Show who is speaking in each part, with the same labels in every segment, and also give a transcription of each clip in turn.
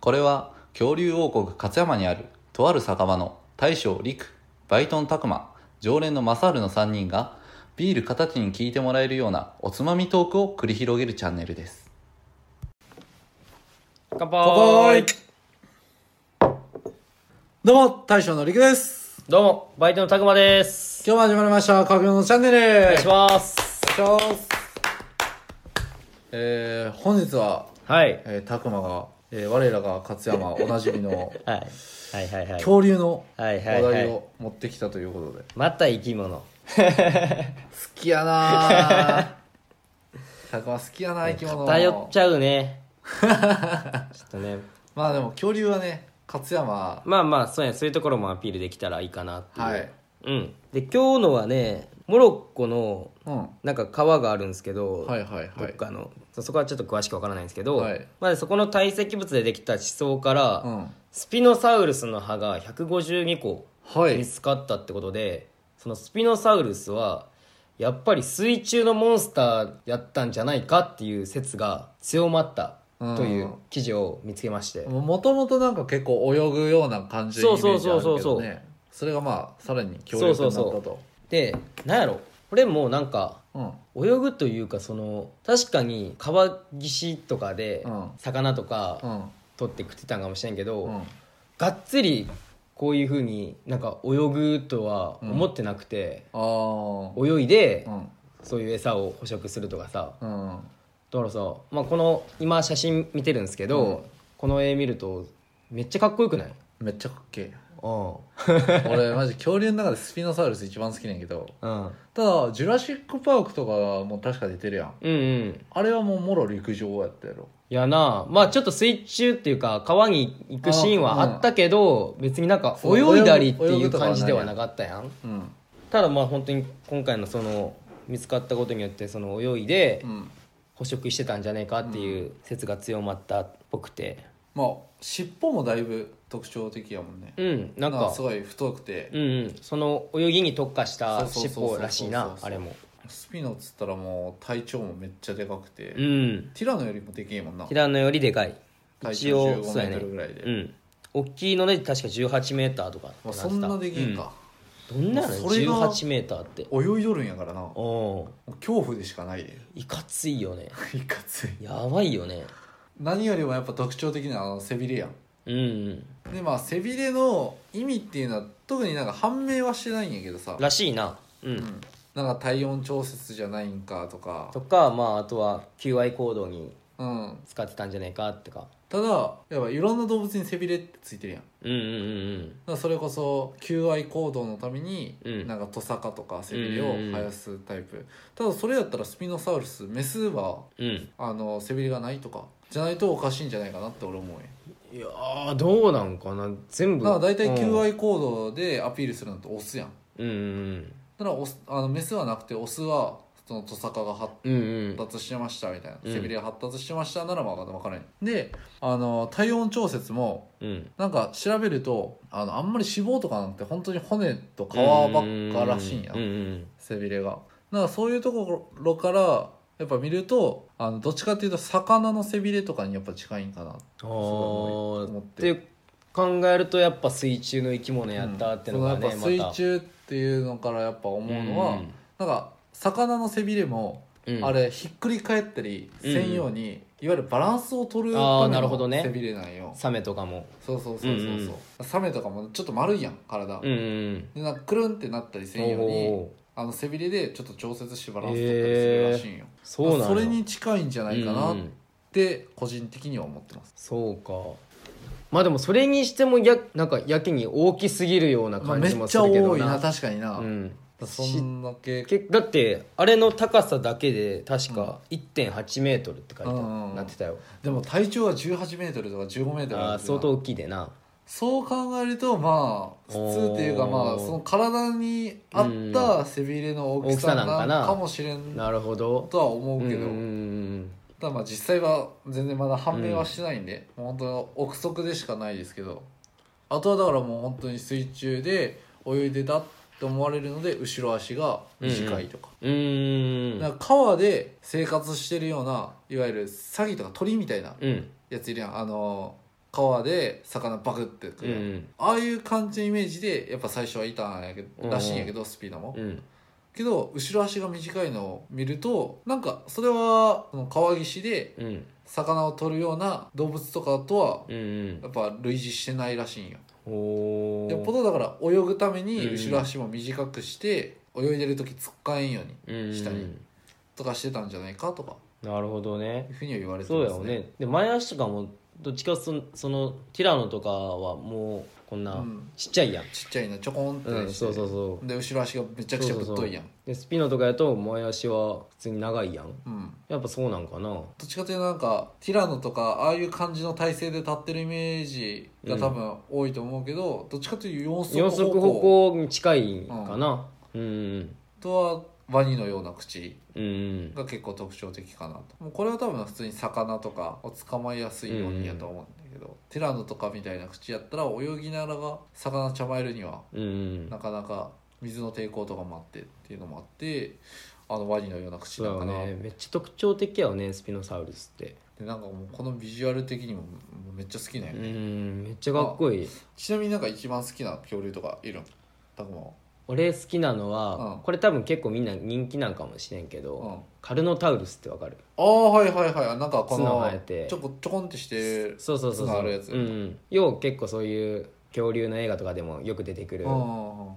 Speaker 1: これは恐竜王国勝山にあるとある酒場の大将陸バイトン拓磨常連のマサールの3人がビール形に聞いてもらえるようなおつまみトークを繰り広げるチャンネルです
Speaker 2: 乾
Speaker 3: 乾
Speaker 2: 杯
Speaker 3: 杯どうも、大将のりくです。
Speaker 2: どうも、バイトのたくまです。
Speaker 3: 今日も始まりました、かぐのチャンネル。お
Speaker 2: お
Speaker 3: 願
Speaker 2: 願いします。
Speaker 3: ます。えー、本日は、
Speaker 2: はい。
Speaker 3: えー、たくまが、えー、我らが勝山おなじみの
Speaker 2: はい。はいはいはい。
Speaker 3: 恐竜の
Speaker 2: はい
Speaker 3: 話
Speaker 2: はいはい
Speaker 3: 題を持ってきたということで。
Speaker 2: また生き物。
Speaker 3: 好きやな ぁ。たくま好きやな生き物。
Speaker 2: 偏っちゃう ね。ちょっとね。
Speaker 3: まあでも恐竜はね、勝山、
Speaker 2: まあまあ、そうやねそういうところもアピールできたらいいかなっていう。
Speaker 3: はい。
Speaker 2: うん。で、今日のはね、モロッコの、
Speaker 3: うん。は
Speaker 2: なんか川があるんですけど、
Speaker 3: いはいはい。
Speaker 2: どっかの、そそこはちょっと詳しくわからないんですけど、
Speaker 3: はい
Speaker 2: まあ、そこの堆積物でできた地層から、
Speaker 3: うん。
Speaker 2: スピノサウルスの歯が152個
Speaker 3: はい
Speaker 2: 見。つかったってことでそのスピノサウルスはやっぱり水中のモンスターやったんじゃないかっていう説が強まったという記事を見つけまして、
Speaker 3: もともとなんか結構泳ぐような感じのイメージあるけ
Speaker 2: そうそうそうそ
Speaker 3: ど
Speaker 2: うそう
Speaker 3: ねそれがまあさらに強力になった
Speaker 2: そうそう
Speaker 3: と
Speaker 2: でなんやろこれもなんか
Speaker 3: うん
Speaker 2: 泳ぐというかその確かに川岸とかで
Speaker 3: うん
Speaker 2: 魚と
Speaker 3: う
Speaker 2: か
Speaker 3: ん
Speaker 2: 取って食ってたんかもしれんけど、
Speaker 3: うん
Speaker 2: がっつりこういうふうになんか泳ぐとは思ってなくて、
Speaker 3: ああ
Speaker 2: 泳いで
Speaker 3: うん
Speaker 2: そういう餌を捕食するとかさ、
Speaker 3: うん
Speaker 2: だからさ、まあ、この今写真見てるんですけど、
Speaker 3: うん
Speaker 2: この絵見るとめっちゃかっこよくない
Speaker 3: めっちゃかっけえ
Speaker 2: うん
Speaker 3: 俺マジ恐竜の中でスピノサウルス一番好きなんやけど
Speaker 2: うん
Speaker 3: ただジュラシック・パークとかも確か出てるやん
Speaker 2: うんうん
Speaker 3: あれはもうもろ陸上やったやろ
Speaker 2: いやなまあちょっと水中っていうか川に行くシーンはあったけど、別になんか
Speaker 3: そう
Speaker 2: 泳いだりって
Speaker 3: 泳
Speaker 2: い
Speaker 3: ぐ
Speaker 2: う
Speaker 3: とかは
Speaker 2: 感じでは
Speaker 3: な
Speaker 2: ないかったやん
Speaker 3: うん
Speaker 2: ただまあ本当に今回のその見つかったことによってその泳いで
Speaker 3: うん
Speaker 2: 捕食してたんじゃねえかっていう説が強まったっぽくて
Speaker 3: まあ尻尾もだいぶ特徴的やもんね
Speaker 2: うんなん
Speaker 3: なん
Speaker 2: か
Speaker 3: かすごい太くて
Speaker 2: うんうんその泳ぎに特化し
Speaker 3: そ
Speaker 2: た
Speaker 3: うそう
Speaker 2: 尻
Speaker 3: そうそう
Speaker 2: 尾らしいなあれも
Speaker 3: スピノっつったらもう体長もめっちゃでかくて
Speaker 2: うん
Speaker 3: ティラノよりもでけえもんな
Speaker 2: 平野よりでかい
Speaker 3: 体
Speaker 2: 一
Speaker 3: 長
Speaker 2: 応
Speaker 3: 15
Speaker 2: そう
Speaker 3: メ
Speaker 2: や
Speaker 3: ート
Speaker 2: ね
Speaker 3: ルぐらいで、
Speaker 2: うん大きいので確か1 8ーとか
Speaker 3: まあ、そんなできんか、
Speaker 2: うんどんなの1
Speaker 3: それが
Speaker 2: 8ーって
Speaker 3: 泳いどるんやからなも
Speaker 2: おお
Speaker 3: う恐怖でしかない で
Speaker 2: ーいかついよね
Speaker 3: いかつい
Speaker 2: やばいよね
Speaker 3: 何よりもやっぱ特徴的なあの背びれやん
Speaker 2: うんうん
Speaker 3: でまあ背びれの意味っていうのは特になんか判明はしてないんやけどさ、
Speaker 2: らしいなうん、
Speaker 3: うん、なんか体温調節じゃないんかとか
Speaker 2: とかまああとは求愛行動に
Speaker 3: うん
Speaker 2: 使ってたんじゃねえかってか
Speaker 3: ただやっぱいろんな動物に背びれってついてるやんだ
Speaker 2: うんうんうん
Speaker 3: からそれこそ求愛行動のために、
Speaker 2: うん
Speaker 3: なんかトサカとか背びれを生やすタイプ、ただそれやったらスピノサウルスメスは
Speaker 2: うんうん
Speaker 3: あの背びれがないとかじゃないとおかしいんじゃないかなって俺思うよ
Speaker 2: いやーどうなんかな全部
Speaker 3: だから大体求
Speaker 2: 愛
Speaker 3: 愛行動でアピールするのってオスやん
Speaker 2: うんうん
Speaker 3: だからオスあのメスはなくてオスはそのトサカが発
Speaker 2: うんうん
Speaker 3: 達してましたみたいな
Speaker 2: うん
Speaker 3: 背びれが発達してましたならまあ分からないであの体温調節も
Speaker 2: うん
Speaker 3: なんか調べるとあのあんまり脂肪とかなんて本当に骨と皮ばっからしいんや
Speaker 2: うんうん
Speaker 3: 背びれがだからそういうところからやっぱ見るとあのどっちかっていうと魚の背びれとかにやっぱ近いんかな
Speaker 2: あ
Speaker 3: ごい
Speaker 2: ー
Speaker 3: 思
Speaker 2: っ
Speaker 3: って
Speaker 2: て考えるとやっぱ水中の生き物やったってのがね、
Speaker 3: うんそ
Speaker 2: ま
Speaker 3: のや
Speaker 2: た
Speaker 3: っぱ水中っていうのからやっぱ思うのは、なんか魚の背びれも、
Speaker 2: うんうん
Speaker 3: あれひっくり返ったりせんように、いわゆるバランスを取る
Speaker 2: あー
Speaker 3: ため
Speaker 2: なるほど
Speaker 3: の
Speaker 2: ね
Speaker 3: 背びれなんよ、
Speaker 2: サメとかも
Speaker 3: そうそうそうそうそう、
Speaker 2: うんうん
Speaker 3: サメとかもちょっと丸いやん体、
Speaker 2: うんうん
Speaker 3: でなんかくるんってなったり
Speaker 2: う
Speaker 3: せ
Speaker 2: ん
Speaker 3: んように
Speaker 2: おー
Speaker 3: あの背びれでちょっと調節してバランス取ったりするらしいんよ、
Speaker 2: そうな
Speaker 3: だ
Speaker 2: んや
Speaker 3: からそれに近いんじゃないかな
Speaker 2: う
Speaker 3: っ
Speaker 2: んうん
Speaker 3: て個人的には思ってます、
Speaker 2: そうかまあでもそれにしてもやなんかやけに大きすぎるような
Speaker 3: まあ
Speaker 2: 感
Speaker 3: め
Speaker 2: じ
Speaker 3: っ
Speaker 2: も
Speaker 3: ち
Speaker 2: す
Speaker 3: ゃ
Speaker 2: るけ
Speaker 3: 多
Speaker 2: ど
Speaker 3: い
Speaker 2: な
Speaker 3: な確かにな、
Speaker 2: うん、
Speaker 3: そんだけ
Speaker 2: けだってあれの高さだけで確か1 8メートルって書いてある、
Speaker 3: うんうん
Speaker 2: なってたよ
Speaker 3: でも体長は1 8メートルとか1 5メートル
Speaker 2: あー相当大きいでな
Speaker 3: そう考えるとまあ普通っていうかま
Speaker 2: お
Speaker 3: あ
Speaker 2: ー
Speaker 3: その体に合った背びれの大きさなんかもしれん
Speaker 2: なるほど
Speaker 3: とは思うけど、
Speaker 2: うんうんうん
Speaker 3: ただまあ実際は全然まだ判明はしてないんで、もう本当憶測でしかないですけどあとはだからもう本当に水中で泳いでたって思われるので後ろ足が短いとか,、
Speaker 2: うんうんうん
Speaker 3: なんか川で生活してるようないわゆる詐欺とか鳥みたいな
Speaker 2: うん
Speaker 3: やついるやんあの川で魚バクってく
Speaker 2: うん
Speaker 3: る、ああいう感じのイメージでやっぱ最初はいたんやけど、
Speaker 2: うん
Speaker 3: らしいんやけどスピードも、
Speaker 2: うんうん
Speaker 3: けど後ろ足が短いのを見るとなんかそれはその川岸で
Speaker 2: うん
Speaker 3: 魚を取るような動物とかとは
Speaker 2: うん
Speaker 3: やっぱ類似してないらしいんよ
Speaker 2: うんお
Speaker 3: よっぽ
Speaker 2: ど
Speaker 3: どだから泳ぐために
Speaker 2: うん
Speaker 3: 後ろ足も短くして泳いでる時突っかえんように下にとかしてたんじゃないかとか
Speaker 2: なるほどね
Speaker 3: いうふうには言われて
Speaker 2: そう
Speaker 3: ま
Speaker 2: や
Speaker 3: す
Speaker 2: よ
Speaker 3: ね
Speaker 2: ねで前足とかもどっちかそのそのティラノとかはもうこん
Speaker 3: う
Speaker 2: なんちっちゃいやん、
Speaker 3: ちっちゃいのちょこんって
Speaker 2: うん
Speaker 3: して
Speaker 2: そうそうそう
Speaker 3: で後ろ足がめちゃくちゃぶっといやん
Speaker 2: でスピノとかやと前足は普通に長いやん
Speaker 3: うん
Speaker 2: やっぱそうなんかな
Speaker 3: どっちかというとなんかティラノとかああいう感じの体勢で立ってるイメージが多分多いと思うけど、どっちかというと四足
Speaker 2: 四足
Speaker 3: 歩
Speaker 2: 歩
Speaker 3: 行
Speaker 2: 行に近いかなうんうん
Speaker 3: とはワニのような口
Speaker 2: うんうん
Speaker 3: が結構特徴的かなともうこれは多分普通に魚とかを捕まえやすいようにやと思うんだけど、ティラノとかみたいな口やったら泳ぎながら魚ちゃまえるには
Speaker 2: うんうん
Speaker 3: なかなか水の抵抗とかもあってっていうのもあってあのワニのような口
Speaker 2: そう
Speaker 3: な
Speaker 2: だ
Speaker 3: ん
Speaker 2: よ
Speaker 3: かな、
Speaker 2: ねめっちゃ特徴的やよねスピノサウルスって
Speaker 3: でなんかもうこのビジュアル的にももうめっちゃ好きなん
Speaker 2: う
Speaker 3: よね、
Speaker 2: んめっちゃかっこいい
Speaker 3: ちなみになんか一番好きな恐竜とかいるんたくまは
Speaker 2: 俺好きなのは、
Speaker 3: うん
Speaker 2: これ多分結構みんな人気なんかもしれんけど、
Speaker 3: うん
Speaker 2: カルノタウルスってわかる
Speaker 3: ああはいはいはいあなんかこ
Speaker 2: 角
Speaker 3: の
Speaker 2: 生えて
Speaker 3: ちょこちょこんってしてる
Speaker 2: そうそうそうそう
Speaker 3: 角あるやつ
Speaker 2: うんうん、よう結構そういう恐竜の映画とかでもよく出てくる
Speaker 3: うんうん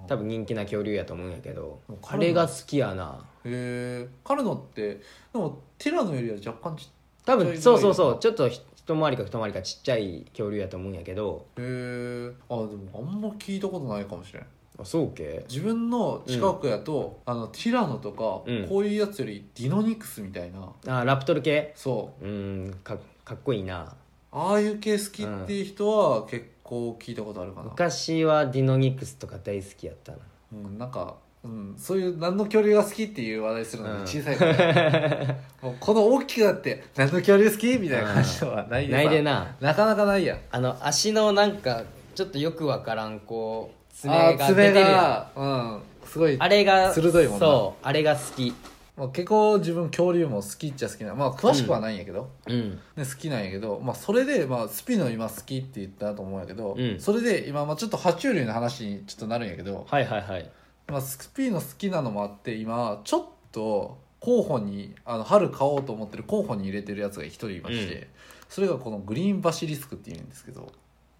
Speaker 3: うん
Speaker 2: 多分人気な恐竜やと思うんやけど
Speaker 3: もうカ
Speaker 2: あ
Speaker 3: ルノ
Speaker 2: れが好きやな
Speaker 3: へえカルノってでもティラノよりは若干ちち
Speaker 2: 多
Speaker 3: ょいぐらい
Speaker 2: 分そうそうそ
Speaker 3: か
Speaker 2: うちょっとひ一回りか二回りかちっちゃい恐竜やと思うんやけど
Speaker 3: へえあでもあんま聞いたことないかもしれん
Speaker 2: あそうけ
Speaker 3: 自分の近くやと、あのティラノとか、
Speaker 2: うん
Speaker 3: こういうやつよりディノニクスみたいな
Speaker 2: あラプトル系
Speaker 3: そう
Speaker 2: うんかかっこいいな
Speaker 3: ああいう系好きっていう人は結構聞いたことあるかな、
Speaker 2: 昔はディノニクスとか大好きやったな
Speaker 3: うん、なんか、うん、そういう何の恐竜が好きっていう話題するの
Speaker 2: う
Speaker 3: が
Speaker 2: ん
Speaker 3: 小さいから、 もうこの大きくなって何の恐竜好きみたいな感じのはないでさ
Speaker 2: ないでな
Speaker 3: なかなかないやん
Speaker 2: あの足のなんかちょっとよくわからんこう
Speaker 3: あ
Speaker 2: 爪
Speaker 3: ー
Speaker 2: が出てるやん
Speaker 3: 爪がうんすごい
Speaker 2: あれが
Speaker 3: 鋭いもんな
Speaker 2: そうあれが好き
Speaker 3: まあ、結構自分恐竜も好きっちゃ好きなまあ詳しくはないんやけど、
Speaker 2: うん
Speaker 3: ね、好きなんやけど、まあ、それで、まあ、スピノ今好きって言ったと思うんやけど、
Speaker 2: うん
Speaker 3: それで今、まあ、ちょっと爬虫類の話にちょっとなるんやけど、
Speaker 2: はいはいはい
Speaker 3: まあ、スピノ好きなのもあって今ちょっと候補にあの春買おうと思ってる候補に入れてるやつが一人いまして、
Speaker 2: うん
Speaker 3: それがこのグリーンバシリスクっていうんですけど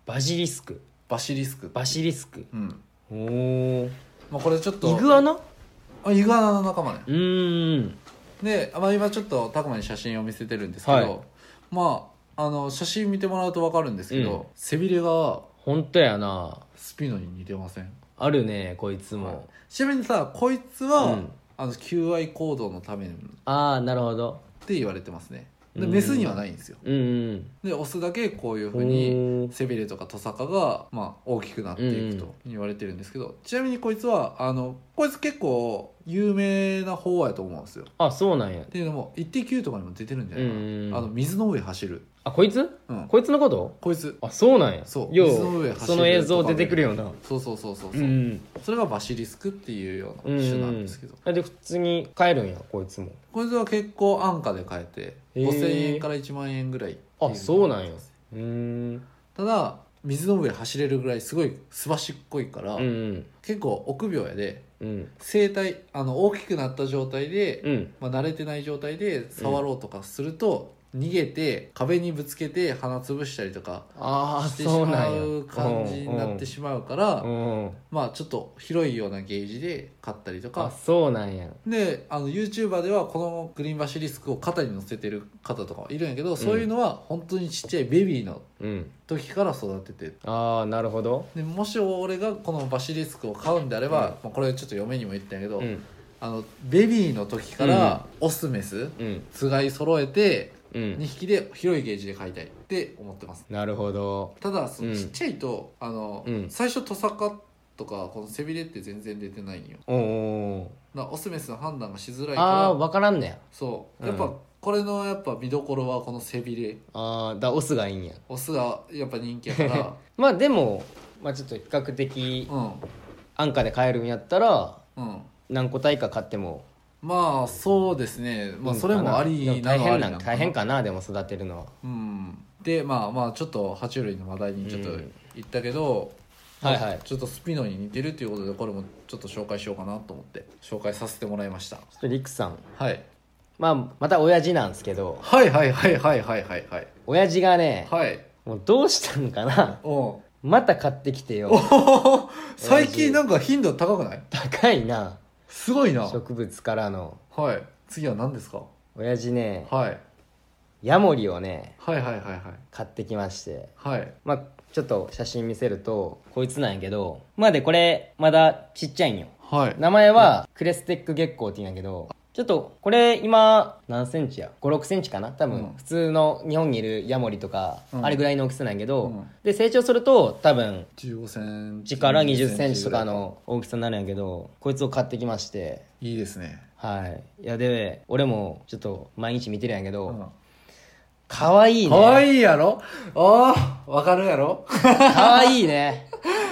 Speaker 2: バジリスク
Speaker 3: バシリスク
Speaker 2: バシリスク
Speaker 3: うん
Speaker 2: おお
Speaker 3: まあ、これちょっと
Speaker 2: イグアナう
Speaker 3: あイグアナの仲間ね
Speaker 2: ーん
Speaker 3: で、まあ、今ちょっとタクマに写真を見せてるんですけど、
Speaker 2: はい
Speaker 3: まああの写真見てもらうと分かるんですけど、
Speaker 2: うん
Speaker 3: 背びれが
Speaker 2: 本当やな
Speaker 3: スピノに似てません
Speaker 2: あるねこいつも、
Speaker 3: ちなみにさこいつは、
Speaker 2: うん
Speaker 3: あの求愛行動のためにっ
Speaker 2: ああなるほど
Speaker 3: て言われてますねで
Speaker 2: うん
Speaker 3: メスにはないんですよ
Speaker 2: うんうん
Speaker 3: でオスだけこういうふう
Speaker 2: ほ
Speaker 3: に
Speaker 2: ー
Speaker 3: 背びれとかトサカが、まあ、大きくなっていく
Speaker 2: うん
Speaker 3: と言われてるんですけど、ちなみにこいつはあのこいつ結構有名な方やと思うんですよ
Speaker 2: あそうなんや
Speaker 3: っていうのも「イッテ Q!」とかにも出てるんじゃないかな、
Speaker 2: うん
Speaker 3: あの水の上走る、
Speaker 2: あこいつ
Speaker 3: うん、
Speaker 2: こいつのこと
Speaker 3: こいつ
Speaker 2: あそうなんや
Speaker 3: そう
Speaker 2: よ
Speaker 3: 水の上走る
Speaker 2: その映像出てくるよな
Speaker 3: そうそうそうそう
Speaker 2: う
Speaker 3: そう、
Speaker 2: ん
Speaker 3: それがバシリスクっていうよう
Speaker 2: うん
Speaker 3: な
Speaker 2: う
Speaker 3: 種
Speaker 2: ん
Speaker 3: なんですけど、
Speaker 2: あで普通に帰るんやこいつも
Speaker 3: こいつは結構安価で買えて
Speaker 2: へー
Speaker 3: 5000円から1万円ぐらいっていのが
Speaker 2: あそうなんやうーん
Speaker 3: ただ水の上走れるぐらいすごいすばしっこいから、
Speaker 2: うんうん
Speaker 3: 結構臆病やで
Speaker 2: うん
Speaker 3: 生体あの大きくなった状態で、
Speaker 2: うん
Speaker 3: まあ、慣れてない状態で触ろうとかすると、逃げて壁にぶつけて鼻潰したりとか
Speaker 2: ああ
Speaker 3: してし
Speaker 2: そうな
Speaker 3: ま
Speaker 2: んや
Speaker 3: う感じになってしまうから
Speaker 2: うんうん
Speaker 3: まあちょっと広いようなゲージで買ったりと
Speaker 2: あ
Speaker 3: か
Speaker 2: そうなんや
Speaker 3: であの YouTuber ではこのグリーンバシリスクを肩に乗せてる方とかいるんやけどそういうのは本当にちっちゃいベビーの
Speaker 2: うん
Speaker 3: 時から育てて
Speaker 2: ああなるほど
Speaker 3: でもし俺がこのバシリスクを買うんであれば、まあ、これちょっと嫁にも言ったんやけど、
Speaker 2: うん
Speaker 3: あのベビーの時からオスメス
Speaker 2: うん
Speaker 3: つがい揃えて
Speaker 2: う
Speaker 3: 2
Speaker 2: ん
Speaker 3: 匹で広いゲージで飼いたいって思ってます
Speaker 2: なるほど
Speaker 3: ただその
Speaker 2: うん
Speaker 3: ちっちゃいと、あの、
Speaker 2: うん
Speaker 3: 最初トサカとかこの背びれって全然出てないんよ
Speaker 2: おお
Speaker 3: なオスメスの判断がしづらい
Speaker 2: ああ
Speaker 3: から
Speaker 2: 分からんねや
Speaker 3: そう
Speaker 2: うん
Speaker 3: やっぱこれのやっぱ見どころはこの背びれ
Speaker 2: ああだオスがいいんや
Speaker 3: オスがやっぱ人気やから
Speaker 2: まあでも、まあ、ちょっと比較的
Speaker 3: うん
Speaker 2: 安価で買えるんやったら
Speaker 3: うん
Speaker 2: 何個体か買っても
Speaker 3: まあそうですねまあ
Speaker 2: うん
Speaker 3: それもあり
Speaker 2: か
Speaker 3: なのはあ
Speaker 2: なでも大変
Speaker 3: り
Speaker 2: な
Speaker 3: の
Speaker 2: 大変かなでも育てるのは
Speaker 3: うんでまあまあちょっと爬虫類の話題にちょっと
Speaker 2: うん
Speaker 3: 言ったけど、
Speaker 2: はいはい
Speaker 3: ちょっとスピノに似てるということでこれもちょっと紹介しようかなと思って紹介させてもらいました、
Speaker 2: ちょっとリクさん、
Speaker 3: はい、
Speaker 2: まあ、また親父なんですけど
Speaker 3: はいはいはいはいはいはいはい
Speaker 2: 親父がね
Speaker 3: はい
Speaker 2: もうどうしたのかな
Speaker 3: おう
Speaker 2: また買ってきてよ
Speaker 3: お最近なんか頻度高くない
Speaker 2: 高いな
Speaker 3: すごいな
Speaker 2: 植物からの
Speaker 3: はい次は何ですか
Speaker 2: 親父ね
Speaker 3: はい
Speaker 2: ヤモリをね
Speaker 3: はいはいはいはい
Speaker 2: 買ってきまして
Speaker 3: はい
Speaker 2: まあちょっと写真見せるとこいつなんやけどまあでこれまだちっちゃいんよ
Speaker 3: はい
Speaker 2: 名前はクレステック月光って言うんやけどちょっとこれ今何センチや56センチかな多
Speaker 3: う
Speaker 2: 分
Speaker 3: ん
Speaker 2: 普通の日本にいるヤモリとか
Speaker 3: うん
Speaker 2: あれぐらいの大きさなんやけど、
Speaker 3: うん
Speaker 2: で成長すると多分
Speaker 3: 15センチ
Speaker 2: 1から20センチとかの大きさになるんやけどこいつを買ってきまして
Speaker 3: いいですね
Speaker 2: はいいやで俺もちょっと毎日見てるんやけ
Speaker 3: う
Speaker 2: ど、
Speaker 3: ん
Speaker 2: かわいいね
Speaker 3: かわ
Speaker 2: い
Speaker 3: いいやろああわかるやろ
Speaker 2: かわいい ね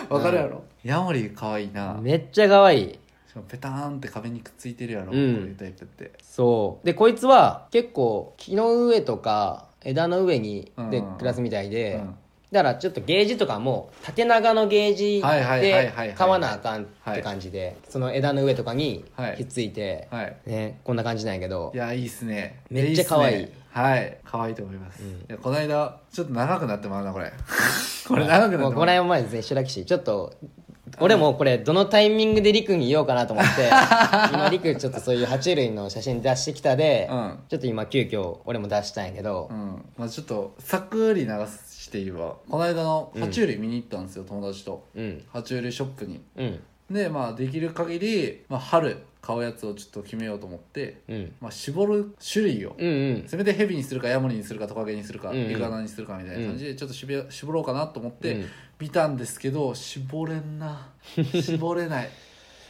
Speaker 3: わかるやろ、ヤモリかわいいな
Speaker 2: めっちゃかわいい
Speaker 3: しかもペターンって壁にくっついてるやろ、
Speaker 2: ん
Speaker 3: こういうタイプって
Speaker 2: そうでこいつは結構木の上とか枝の上に
Speaker 3: うんうん
Speaker 2: で
Speaker 3: うん
Speaker 2: 暮らすみたいで、
Speaker 3: うん
Speaker 2: だからちょっとゲージとかも縦長のゲージ
Speaker 3: はいはいはいはいはい
Speaker 2: で買わなあかんって感じでその枝の上とかに
Speaker 3: はい
Speaker 2: ひっついて、
Speaker 3: はい
Speaker 2: ね、こんな感じなんやけど
Speaker 3: いやいいっすね
Speaker 2: めっちゃ可愛い
Speaker 3: っすねはい可愛いと思います、
Speaker 2: うん
Speaker 3: いやこの間ちょっと長くなってまうなこ れこれ長くな
Speaker 2: も
Speaker 3: っ
Speaker 2: う
Speaker 3: て
Speaker 2: こ
Speaker 3: ま
Speaker 2: の
Speaker 3: う
Speaker 2: 辺前ですね白らちょっと俺もこれどのタイミングでりくんに言おうかなと思って 今りくちょっとそういう爬虫類の写真出してきたで、
Speaker 3: うん
Speaker 2: ちょっと今急遽俺も出したんやけど
Speaker 3: う、んまあ、ちょっとさくり流していいわこの間の爬虫類見に行ったんですよ、友達と
Speaker 2: うん
Speaker 3: 爬虫類ショップに
Speaker 2: うん
Speaker 3: でまあできる限り、まあ、春買うやつをちょっと決めようと思って、
Speaker 2: うん
Speaker 3: まあ、絞る種類を
Speaker 2: うんうん
Speaker 3: せめてヘビにするかヤモリにするかトカゲにするか、
Speaker 2: うんうん
Speaker 3: イグアナにするかみたいな感じでちょっと絞絞ろうかなと思って、
Speaker 2: うん
Speaker 3: 見たんですけど絞れんな絞れ ない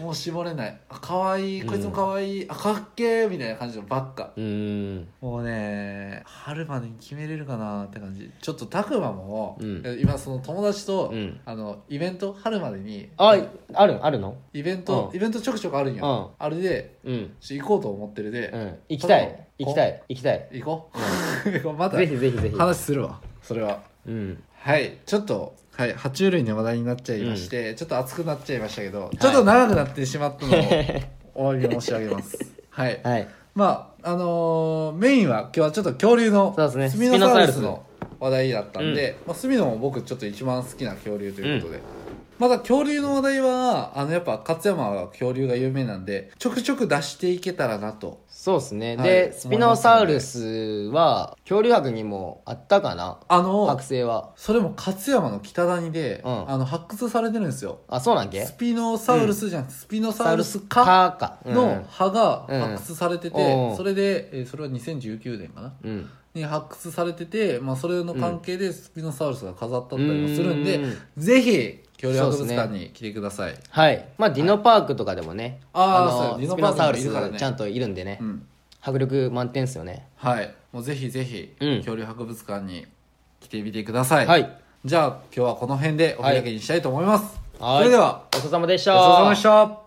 Speaker 3: もう絞れないあかわいいこいつもかわいい、あかっけーみたいな感じのばっか
Speaker 2: うーん
Speaker 3: もうね春までに決めれるかなって感じちょっとたくまも、
Speaker 2: うん
Speaker 3: 今その友達と、
Speaker 2: うん
Speaker 3: あのイベント春までに
Speaker 2: ああるあるの
Speaker 3: イベント、
Speaker 2: うん
Speaker 3: イベントちょくちょくあるんよ、あれで
Speaker 2: うん
Speaker 3: ちょ行こうと思ってるで、
Speaker 2: うん行きたい
Speaker 3: こ
Speaker 2: 行きたい行きたい
Speaker 3: 行こう、 行こうまた
Speaker 2: ぜひぜひぜひ
Speaker 3: 話するわそれは
Speaker 2: うん
Speaker 3: はいちょっと、はい、爬虫類の話題になっちゃいまして、ちょっと熱くなっちゃいましたけど、ちょっと長くなってしまったのをお詫び申し上げ ますはい、
Speaker 2: はい
Speaker 3: まああのーメインは今日はちょっと恐竜の
Speaker 2: そうですね
Speaker 3: スピノサウルス
Speaker 2: スピノサウ
Speaker 3: の話題だったんで、まあ、スミノも僕ちょっと一番好きな恐竜ということで、まだ恐竜の話題はあのやっぱ勝山は恐竜が有名なんでちょくちょく出していけたらなと
Speaker 2: そうですね
Speaker 3: はい
Speaker 2: でスピノサウルスは恐竜博にもあったかな
Speaker 3: あの
Speaker 2: 学生は
Speaker 3: それも勝山の北谷で、
Speaker 2: うん
Speaker 3: あの発掘されてるんですよ
Speaker 2: あそうなんけ
Speaker 3: スピノサウルスじゃん、スピノサウルス科
Speaker 2: かかうん
Speaker 3: の歯が
Speaker 2: うん
Speaker 3: 発掘されてて、
Speaker 2: うんおう
Speaker 3: それで、えーそれは2019年かな
Speaker 2: うん
Speaker 3: に発掘されてて、まあ、それの関係でスピノサウルスが飾ったったりもするんで、
Speaker 2: うん
Speaker 3: ぜひ恐竜博物
Speaker 2: そう
Speaker 3: 館
Speaker 2: で
Speaker 3: に来てください、
Speaker 2: はいまあディノパークとかでもね
Speaker 3: あー
Speaker 2: の
Speaker 3: そうディノ
Speaker 2: スピ
Speaker 3: パーク
Speaker 2: ノ
Speaker 3: に
Speaker 2: サウ
Speaker 3: も
Speaker 2: ル
Speaker 3: いるからね
Speaker 2: スちゃんといるんでね
Speaker 3: うん
Speaker 2: 迫力満点っすよね
Speaker 3: はいもうぜひぜひ、
Speaker 2: うん
Speaker 3: 恐竜博物館に来てみてください、
Speaker 2: はい
Speaker 3: じゃあ今日はこの辺でお開きにしたいと思います、
Speaker 2: はい
Speaker 3: それでは
Speaker 2: ごちそうさまでし
Speaker 3: ご
Speaker 2: た
Speaker 3: ちそうさまでした